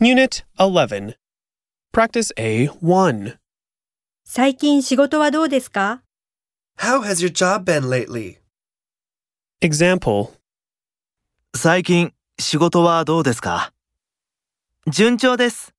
Unit 11. Practice A1. 最近仕事はどうですか How has your job been lately? Example 最近仕事はどうですか順調です。